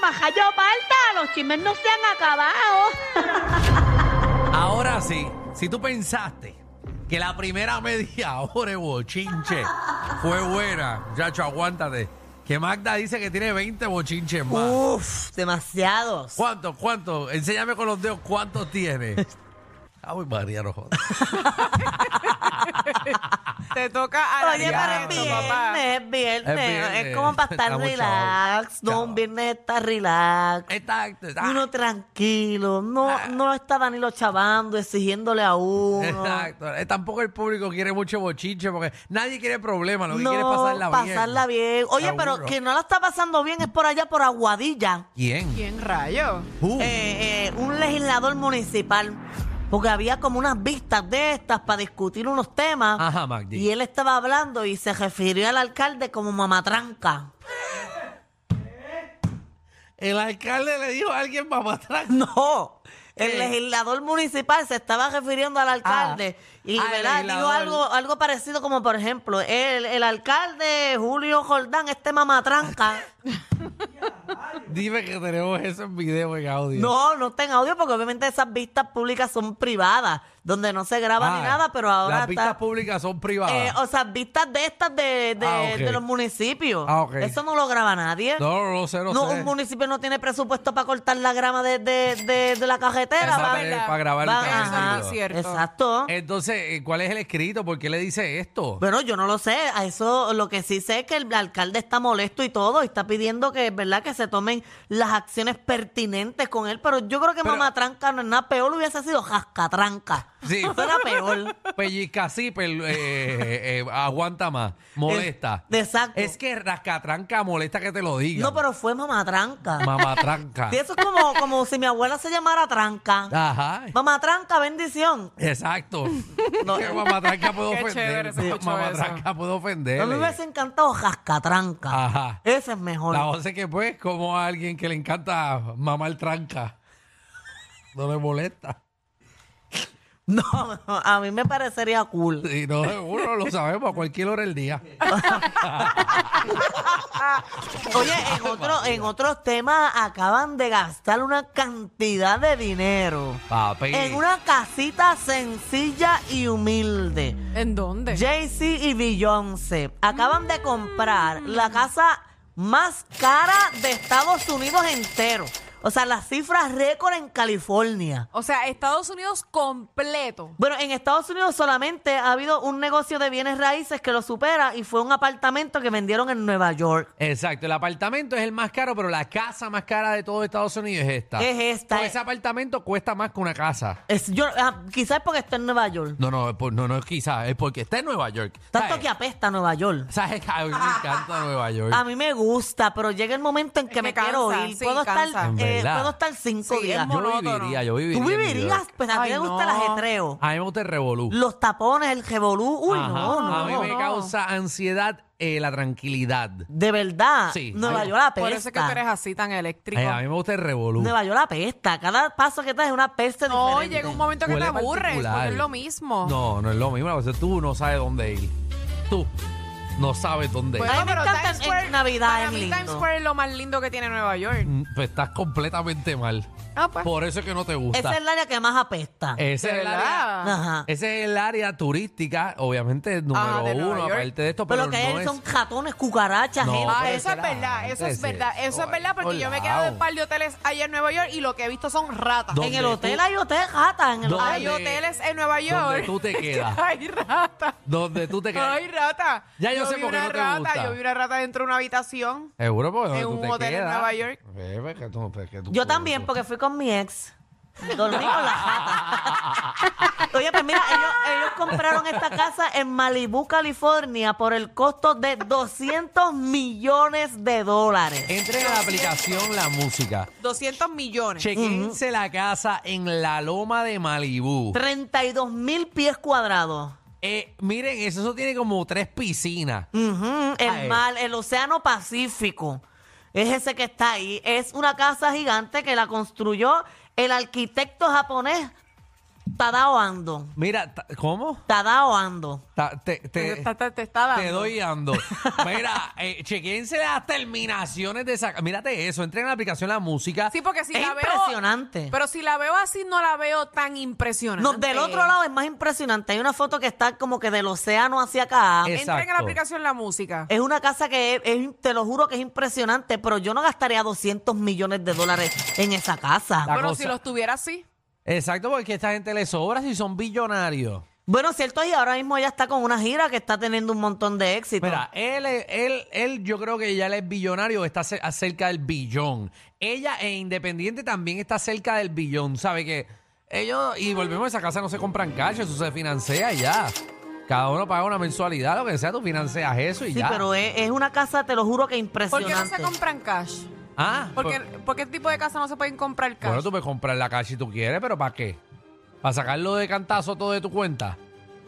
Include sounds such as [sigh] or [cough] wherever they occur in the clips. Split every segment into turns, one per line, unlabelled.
majayo palta, los chismes no se han acabado.
Ahora sí, si tú pensaste que la primera media [laughs] hora de bochinche fue buena, muchacho, aguántate. Que Magda dice que tiene 20 bochinches más.
Uh. Uf, demasiados.
¿Cuántos? ¿Cuántos? Enséñame con los dedos cuántos
[laughs]
tiene. Ay, María, no jodas.
Te toca a la
Oye, pero es
diablo, papá.
viernes, es viernes.
Es viernes. [laughs]
Es como para estar
Estamos
relax.
chavos.
No, un
Chavos.
viernes está relax.
Exacto. exacto.
Uno tranquilo.
Ah.
No, no está Danilo chavando, exigiéndole a
[laughs]
uno.
Exacto. Eh, Tampoco el público quiere mucho bochinche porque nadie quiere problemas, lo que quiere es
No,
pasarla bien.
pasarla bien. Oye, pero
Seguro.
quien no la está pasando bien es por allá, por Aguadilla.
¿Quién?
¿Quién rayo?
Who?
eh, eh, un legislador municipal, porque había como unas vistas de estas para discutir unos temas.
Ajá, Magdi.
Y él estaba hablando y se refirió al alcalde como mamatranca.
El alcalde le dijo a alguien mamá atrás.
[laughs] No. El
¿Qué?
legislador municipal se estaba refiriendo al alcalde y
Ah, el
¿verdad? dijo
Ah, legislador.
algo, algo parecido como, por ejemplo, el, el alcalde Julio Jordán, este mamatranca.
Dime que tenemos eso en video, en audio.
No, no está en audio porque obviamente esas vistas públicas son privadas, donde no se graba
Ah,
ni nada, pero ahora
Las vistas
está-
públicas son
Eh,
privadas.
o sea, vistas de estas de, de,
Ah, ok.
de los municipios.
Ah, ok.
Eso no lo graba nadie.
no, no, no sé, no,
No,
sé.
un municipio no tiene presupuesto para cortar la grama de, de, de, de la cajetera.
Eso
va-
es
¿verdad?
para grabar
va-
un
eso no
ajá,
es
capítulo.
cierto.
Exacto.
Entonces, eh, ¿cuál es el escrito? ¿Por qué le dice esto?
Bueno, yo no lo sé. A eso lo que sí sé es que el alcalde está molesto y todo, y está pidiendo que, ¿verdad? Que se tomen las acciones pertinentes con él. Pero yo creo que
Pero-
mamá tranca no es nada peor, hubiese sido jascatranca.
Sí.
Eso era peor.
Pellizcacipe eh, eh, aguanta más, molesta.
Es- exacto.
Es que rascatranca molesta que te lo diga.
No, pero fue mamá tranca.
Mamatranca.
Sí, eso es como, como si mi abuela se llamara Tranca.
Ajá.
Mamá Tranca, bendición.
Exacto. Que mamatranca puede
Qué chévere
ofender.
se escuchó
Mamatranca puede ofender.
A mí me hubiese encantado Jascatranca.
Ajá.
Ese es mejor.
Ah. La voz es que pues, como a alguien que le encanta mamar tranca. No le molesta.
No, [laughs] no, a mí me parecería cool.
Y no, seguro lo sabemos a cualquier hora del día.
Oye, en, otro, en otros temas acaban de gastar una cantidad de dinero.
Papi.
En una casita sencilla y humilde.
¿En dónde?
Jay-Z y Beyoncé acaban de comprar la casa más cara de Estados Unidos entero. O sea, las cifras récord en California.
O sea, Estados Unidos completo.
Bueno, en Estados Unidos solamente ha habido un negocio de bienes raíces que lo supera y fue un apartamento que vendieron en Nueva York.
Exacto, el apartamento es el más caro, pero la casa más cara de todo Estados Unidos es esta.
Es esta,
Pues
eh.
ese apartamento cuesta más que una casa.
Es, yo, ah, quizás porque está en Nueva York.
No, no, es por- no, no es quizás, es porque está en Nueva York.
Tanto
¿Sabes?
que apesta Nueva York.
¿Sabes? A mí me encanta Nueva York.
A mí me gusta, pero llega el momento en que
que
me
cansa,
quiero ir.
sí,
puedo,
cansa.
estar,
En
eh,
verdad.
puedo estar cinco
Sí, es
días.
mo-
yo
monótono.
viviría, yo viviría.
Tú
en New
vivirías,
York.
pues a ti
Ay,
te gusta el
no.
ajetreo.
A mí me gusta el revolú.
Los tapones, el revolú. Uy,
Ajá.
no, no.
a mí me
no.
causa ansiedad eh, la tranquilidad.
De verdad,
Sí.
Nueva
Ay,
York apesta.
Por eso es que tú eres así tan eléctrico.
Ay, a mí me gusta el revolú.
Nueva York apesta. Cada paso que das es una peste
no,
diferente.
llega un momento que
Huele
te aburres,
particular.
porque es lo mismo.
No, no es lo mismo. a veces tú no sabes dónde ir. Tú no sabes dónde ir.
Bueno,
A mí me
pero
encanta
Times
en
Square-
Navidad,
para
es
mí
lindo.
Times Square es lo más lindo que tiene Nueva York.
Mm, pues estás completamente mal.
Ah, pues.
Por eso es que no te gusta. Eh,
Esa es el área que más apesta.
Ese
¿De
es el área,
verdad?
Ajá.
ese es el área turística, obviamente número
Ah, de Nueva
uno,
York.
aparte de esto,
Pero
pero,
lo que
no
hay
es.
son jatones, cucarachas,
No,
gente.
Ah,
pero
eso es
será,
verdad, eso es
ese,
verdad, eso es
ay,
verdad, porque yo me he quedado en
hola.
un par de hoteles allá en Nueva York y lo que he visto son ratas.
¿Dónde?
En el
tú-
hotel hay hotel ratas. En el
¿Dónde?
Hay hoteles en Nueva York.
¿Dónde
[laughs]
tú te quedas?
Que hay ratas.
Donde tú
[laughs]
te quedas.
Hay ratas.
Ya yo sé
vi
por qué
una
no te
rata,
gusta.
Yo vi una rata dentro de una habitación.
Seguro porque donde
En
tú
un
te
hotel en
quedas.
Nueva York.
Eh, pues, que tú- pues, que tú-
Yo también, porque fui con mi ex. Dormí con la jata. Oye, pues mira, ellos, ellos compraron esta casa en Malibu, California, por el costo de 200 millones de dólares.
Entren a la aplicación La Música.
200 millones.
Chequense la casa en la loma de Malibú.
32 mil pies cuadrados.
Eh, miren, eso, eso tiene como tres piscinas.
Ujú, el
Ay.
mar, el océano Pacífico. Es ese que está ahí. Es una casa gigante que la construyó el arquitecto japonés Tadao Ando.
Mira, ta- ¿cómo?
Tadao Ando.
Ta- te, te-
Te, te- te está dando.
te doy ando. Mira, eh, chequense las terminaciones de esa. Mírate eso, entren en la aplicación la música.
Sí, porque si
Es
la veo.
impresionante.
Pero si la veo así, no la veo tan impresionante.
No, del otro lado es más impresionante. Hay una foto que está como que del océano hacia acá.
Eh.
Entren en la
Exacto.
aplicación la música.
Es una casa que es- es- te lo juro que es impresionante, pero yo no gastaría 200 millones de dólares en esa casa.
La
Bueno,
cosa-
si los tuviera así.
Exacto, porque a esta gente le sobra si son billonarios.
Bueno, cierto, y ahora mismo ella está con una gira que está teniendo un montón de éxito.
Mira, él, es- él, él, yo creo que ya él es billonario, está ce- cerca del billón. Ella e Independiente también está cerca del billón, ¿sabe que Ellos, y volvemos a esa casa, no se compran cash, eso se financia y ya. Cada uno paga una mensualidad, lo que sea, tú financias eso y
sí,
ya.
pero es, es una casa, te lo
¿Por
juro que
qué no
impresionante.
se compran cash?
Ah,
¿Por qué,
pues,
por qué tipo de casa no se pueden comprar cash?
bueno, tú puedes comprar la cash si tú quieres, pero ¿para qué? ¿Para sacarlo de cantazo todo de tu cuenta?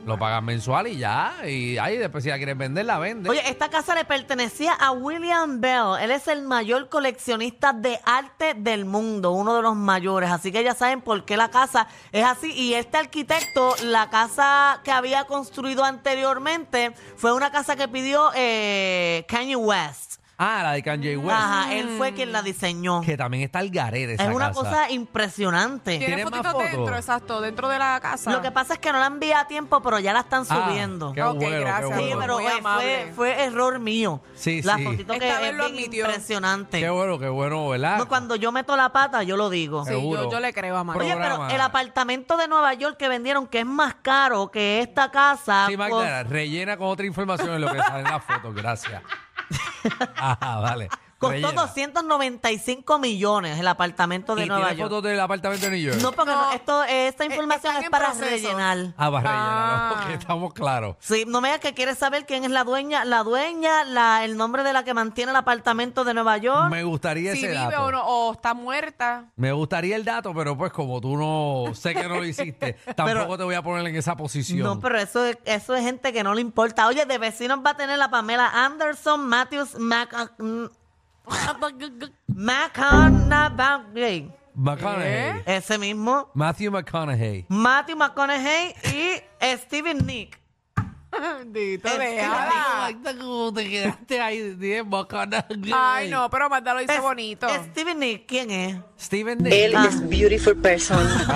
Lo pagas mensual y ya, y ahí después si la quieres vender, la vendes.
Oye, esta casa le pertenecía a William Bell. Él es el mayor coleccionista de arte del mundo, uno de los mayores. Así que ya saben por qué la casa es así. Y este arquitecto, la casa que había construido anteriormente, fue una casa que pidió eh, Kanye West.
Ah, la de Kanye West,
Ajá, él fue quien la diseñó.
que también está el garete
Es
esa
una
casa.
cosa impresionante.
Tiene
¿Tienen más
fotitos
fotos?
dentro, exacto, dentro de la casa.
Lo que pasa es que no la envía a tiempo, pero ya la están
Ah,
subiendo.
qué
Ok,
bueno, qué
gracias.
bueno.
Sí, pero
Muy
eh, fue,
amable.
fue error mío.
Sí,
la
sí.
fotito que
Esta vez
es
lo
bien
admitió.
impresionante.
Qué bueno, qué bueno, ¿verdad?
No, Este. Pues cuando yo meto la pata, yo lo digo.
Sí,
seguro.
yo, yo le creo a María.
Oye, pero
programa.
el apartamento de Nueva York que vendieron, que es más caro que esta casa.
Sí, Magdalena, rellena con otra información en lo que sale en la foto,
[laughs]
gracias. Ajá, vale.
cos- Costó
Rellena.
295 millones el apartamento de
¿Y
Nueva
tiene
York.
fotos del apartamento de New York?
No, porque
No.
no, esto, eh, esta
Eh,
información
están
es
en
para
proceso.
rellenar.
Ah, va a rellenar,
Ah.
¿no? Porque estamos claros.
Sí, no me digas que quieres saber quién es la dueña, la dueña, la, el nombre de la que mantiene el apartamento de Nueva York.
Me gustaría
si
ese
vive
dato.
o no, o está muerta.
Me gustaría el dato, pero pues como tú no sé que no lo
[laughs]
hiciste, tampoco te voy a poner en esa posición.
No, pero eso es, eso es gente que no le importa. Oye, de vecinos va a tener la Pamela Anderson, Matthews, Mac... mm, McConaughey.
McConaughey.
¿Eh?
Ese mismo.
Matthew McConaughey.
Matthew McConaughey y Steven Nick.
[laughs] Bendito,
Es-
déjala.
¿Cómo te quedaste ahí? Dime, McConaughey.
Ay, no, pero Magda lo dice
Es-
bonito.
Steven Nick, ¿quién es?
Steven Nick.
Él
Ah.
es beautiful person.
[laughs]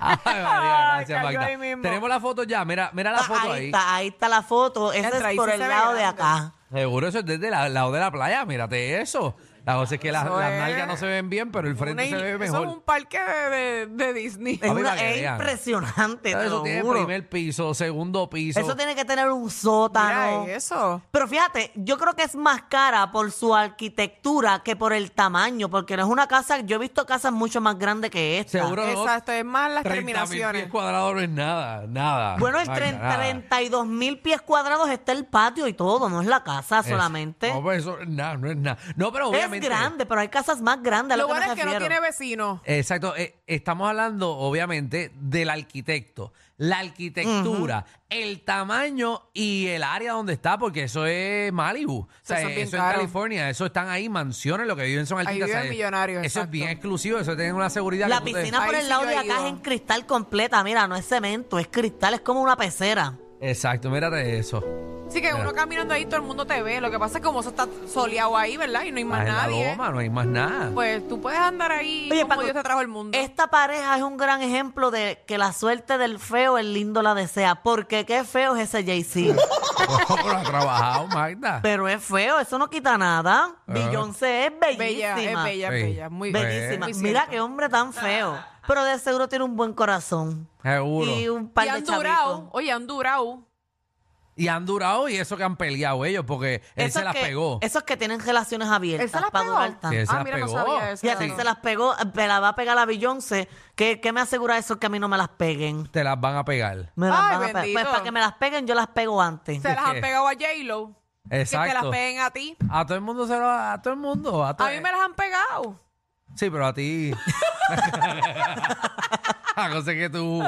Ay, María, gracias,
Cayó
Magda.
ahí mismo.
Tenemos la foto ya, mira, mira la
Ah,
foto ahí.
está, ahí está la foto. Ese
Entra,
es
ahí
por
sí
el
se ve
lado de
grande.
acá.
Seguro eso es desde la- el lado de la playa, mírate eso. La cosa es que las,
Eso
las
es.
nalgas no se ven bien, pero el
Una
frente se
isla-
ve
eso es
mejor.
un parque de, de- de Disney.
Es,
Papi,
una-
para que
es
vean.
impresionante, te
Eso
lo
tiene
juro.
primer piso, segundo piso.
Eso tiene que tener un
[laughs] Mira
sótano.
eso.
Pero fíjate, yo creo que es más cara por su arquitectura que por el tamaño, porque no es una casa, yo he visto casas mucho más grandes que esta.
Seguro no.
Exacto, es más las
30.000
terminaciones.
pies cuadrados no es nada, nada.
Bueno, el
Magda,
30
nada.
32 mil pies cuadrados está el patio y todo, no es la casa
Eso.
solamente.
No, pues eso es nada, no es nada. No, pero
es
obviamente.
grande, pero hay casas más grandes. a
Lo
que
bueno
me
es que no
refiero.
tiene vecinos.
Exacto, eh, estamos hablando obviamente del arquitecto, la arquitectura, el tamaño y el área donde está, porque eso es Malibu, o sea,
Eso es
eso
bien
es
caro.
California, eso están ahí mansiones, lo que viven son arquitectos.
viven
o sea,
millonarios,
Eso es
exacto.
bien exclusivo, eso tiene una seguridad.
La
que tú te-
piscina por
Ahí
el
sí
lado
yo
de
he
acá
ido.
es en cristal completa, mira, no es cemento, es cristal, es como una pecera.
Exacto, mírate eso.
Así que uno caminando ahí, todo el mundo te ve. Lo que pasa es que como eso está soleado ahí, ¿verdad? Y no hay más
Estás en la
nadie.
loma, no hay más nada. [laughs]
Pues tú puedes andar ahí
Oye,
como
Paco,
Dios te trajo el mundo.
Esta pareja es un gran ejemplo de que la suerte del feo, el lindo la desea, porque qué feo es ese Jay-Z.
¿Cómo lo ha trabajado, Magda?
Pero es feo, eso no quita nada.
Ah.
Beyoncé es
bella,
bellísima.
es bella,
Sí.
es bella. Pues, Ah. Muy
Bellísima.
muy
Mira
cierto.
qué hombre tan feo. Pero de seguro tiene un buen corazón.
Seguro.
Y
Y,
un par
y
de
han
chavitos.
durado, oye, han durado.
han durado y eso que han peleado ellos, porque él
Esos
se las
que-
pegó.
Esos que tienen relaciones abiertas.
¿Él se las
para
pegó?
durar tanto.
Que él se
ah,
las
mira, no
pegó.
sabía eso.
Y así
Sí.
se las pegó, me la va a pegar la Beyoncé. ¿Qué, qué me asegura eso que a mí no me las peguen?
Te las van a pegar.
Me las
Ay,
van a pegar.
bendito.
Pues para que me las peguen, yo las pego antes.
Se las han pegado a J-Lo. Que te las
Exacto. Pues
peguen a ti.
A todo el mundo se lo a todo el mundo. A, todo-
A mí me las han pegado.
Sí, pero a
[laughs]
ti. La cosa es que tú,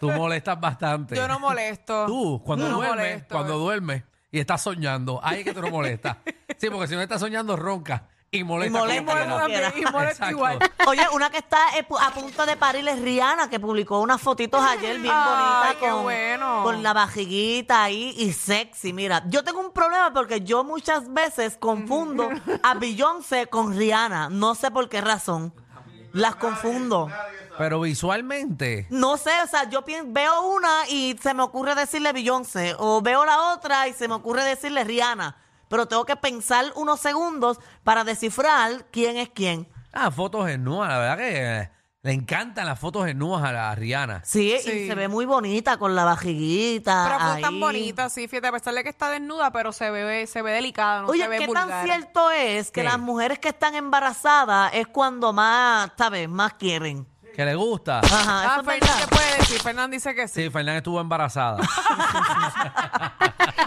tú molestas bastante.
Yo no molesto. [laughs]
Tú, cuando
Yo no
duermes,
molesto.
cuando duermes y estás soñando, ahí es que tú no molestas. Sí, porque si no estás soñando, ronca. Y molesta.
Y molesta
como
como
quiera.
quiera. Y molesta igual.
Exacto.
Oye, una que está eh, pu- a punto de parir es Rihanna, que publicó unas fotitos ayer bien
Ay,
bonitas
qué
con,
bueno.
con la bajiguita ahí y sexy. Mira, yo tengo un problema porque yo muchas veces confundo a Beyoncé con Rihanna. No sé por qué razón. Las confundo.
Pero visualmente.
No sé, o sea, yo pien- veo una y se me ocurre decirle Beyoncé, o veo la otra y se me ocurre decirle Rihanna, pero tengo que pensar unos segundos para descifrar quién es quién.
Ah, fotos desnudas. La verdad que eh, le encantan las fotos desnudas a la Rihanna.
Sí,
Sí.
y se ve muy bonita con la bajiguita.
Pero fue tan
ahí.
bonita, sí, fíjate, a pesar de que está desnuda, pero se ve, se ve delicada, no
Oye,
se ve
¿qué
vulgar.
tan cierto es que
¿Qué?
las mujeres que están embarazadas es cuando más, ¿sabes? Más quieren.
Que le gusta.
Ajá,
Ah,
eso es
Fernán, ¿qué
verdad.
puede decir? Fernán dice que sí.
Sí, Fernán estuvo
[laughs]
embarazada.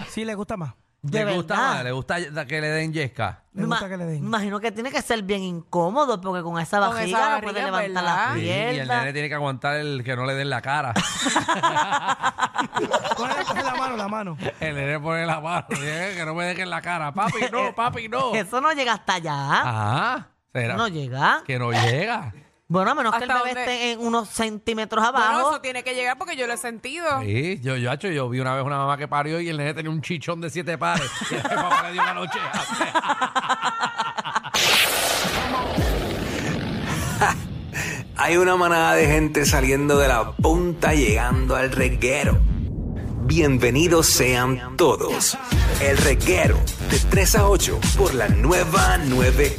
Sí, le gusta más.
le
De
gusta
verdad.
más, le gusta que le den yesca.
Le
Ma-
gusta que le den.
Imagino que tiene que ser bien incómodo porque con esa
Con esa
vajiga no puede
barriga,
levantar
¿verdad?
las
Sí, y
piernas.
el nene tiene que aguantar el que no le den la cara. [laughs]
Coge coge la mano, la mano.
el nene pone la mano, ¿eh? que no me dejen la cara. Papi, no, papi, no.
Eso no llega hasta allá.
Ajá. Será
No llega.
Ah, que no llega.
Bueno, a menos que el
¿Hasta
bebé
dónde?
esté en unos centímetros
Bueno,
abajo.
eso tiene que llegar porque yo lo he sentido.
Sí, yo, yo, hacho, yo vi una vez una mamá que parió y el nene tenía un chichón de siete pares. [laughs] y el papá le dio la noche.
Hay una manada de gente saliendo de la punta llegando al reguero. Bienvenidos sean todos. El reguero de 3 a 8 por la nueva 9.